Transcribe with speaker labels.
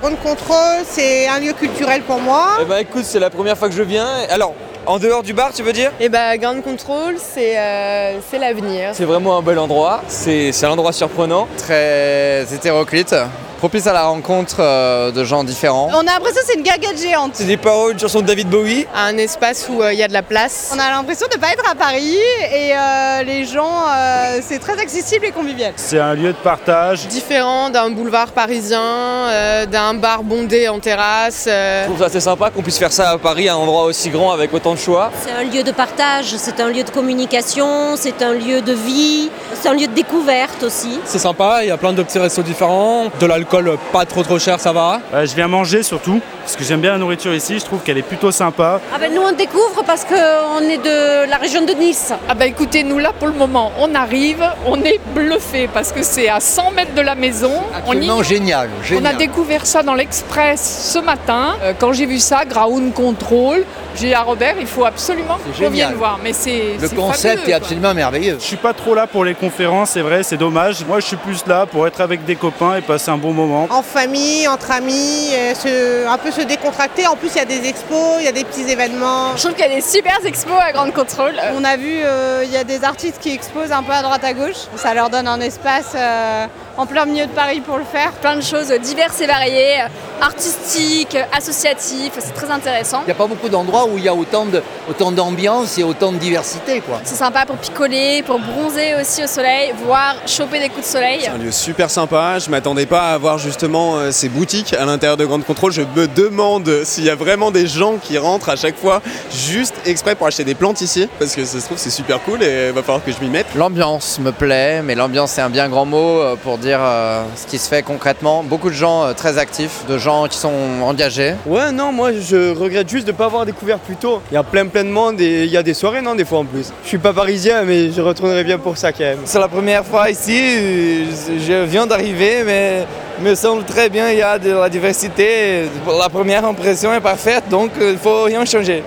Speaker 1: Grande Contrôle, c'est un lieu culturel pour moi.
Speaker 2: Eh ben écoute, c'est la première fois que je viens. Alors, en dehors du bar, tu veux dire
Speaker 3: Et bah, Ground Control, c'est euh, c'est l'avenir.
Speaker 2: C'est vraiment un bel endroit. C'est c'est un endroit surprenant.
Speaker 4: Très hétéroclite, propice à la rencontre euh, de gens différents.
Speaker 5: On a l'impression que c'est une guinguette géante.
Speaker 2: C'est des paroles de chansons de David Bowie.
Speaker 3: Un espace où euh, il y a de la place.
Speaker 5: On a l'impression de ne pas être à Paris et euh, les gens, euh, c'est très accessible et convivial.
Speaker 6: C'est un lieu de partage.
Speaker 3: Différent d'un boulevard parisien, euh, d'un bar bondé en terrasse. euh,
Speaker 2: Je trouve ça assez sympa qu'on puisse faire ça à Paris, à un endroit aussi grand avec autant de choix.
Speaker 7: C'est un lieu de partage, c'est un lieu de communication, c'est un lieu de vie, c'est un lieu de découverte aussi.
Speaker 8: C'est sympa, il y a plein de petits restos différents, de l'alcool pas trop trop cher, ça va.
Speaker 6: Euh, je viens manger surtout, parce que j'aime bien la nourriture ici, je trouve qu'elle est plutôt sympa.
Speaker 9: Ah ben nous on découvre parce qu'on est de la région de Nice.
Speaker 10: Ah bah écoutez, nous là pour le moment, on arrive, on est bluffé parce que c'est à 100 mètres de la maison. On, y-
Speaker 11: Absolument génial,
Speaker 10: on a
Speaker 11: génial.
Speaker 10: découvert ça dans l'Express ce matin. Euh, quand j'ai vu ça, Ground Control, j'ai dit à Robert, il faut absolument
Speaker 11: C'est
Speaker 10: qu'on vienne
Speaker 11: génial.
Speaker 10: voir. Mais c'est
Speaker 11: Le
Speaker 10: c'est
Speaker 11: concept
Speaker 10: fabuleux,
Speaker 11: est
Speaker 10: quoi.
Speaker 11: absolument merveilleux.
Speaker 6: Je suis pas trop là pour les conférences, c'est vrai, c'est dommage. Moi, je suis plus là pour être avec des copains et passer un bon moment.
Speaker 1: En famille, entre amis, euh, se- un peu se décontracter. En plus, il y a des expos, il y a des petits événements.
Speaker 10: Je trouve qu'il y a des super expos à Ground Control. Euh,
Speaker 5: On a vu, euh, il y a des artistes qui exposent un peu à droite à gauche. Ça leur donne un espace euh, en plein milieu de Paris pour le faire.
Speaker 10: plein de choses diverses et variées, euh, artistiques, euh, associatives, c'est très intéressant.
Speaker 11: Il n'y a pas beaucoup d'endroits où il y a autant de- autant d'ambiance et autant de diversité. quoi.
Speaker 10: C'est sympa pour picoler, pour bronzer aussi au soleil, voire choper des coups de soleil.
Speaker 12: Un lieu super sympa, je m'attendais pas à avoir justement euh, ces boutiques à l'intérieur de Grande Contrôle. Je me demande s'il y a vraiment des gens qui rentrent à chaque fois juste exprès pour acheter des plantes ici, parce que ça se trouve c'est super cool et va falloir que je m'y mette.
Speaker 4: L'ambiance me plaît, mais l'ambiance c'est un bien grand mot euh, pour dire euh, ce qui se fait concrètement. Beaucoup de gens euh, très actifs, de gens qui sont engagés.
Speaker 12: Ouais, non, moi je regrette juste de pas avoir découvert plus tôt. Il y a plein plein de monde et il y a des soirées, non, des fois en plus. Je suis pas parisien, mais je retournerai bien pour ça quand même.
Speaker 2: C'est la première fois ici, je viens d'arriver, mais me semble très bien, il y a de la diversité. La première impression est parfaite, donc il euh, faut rien changer.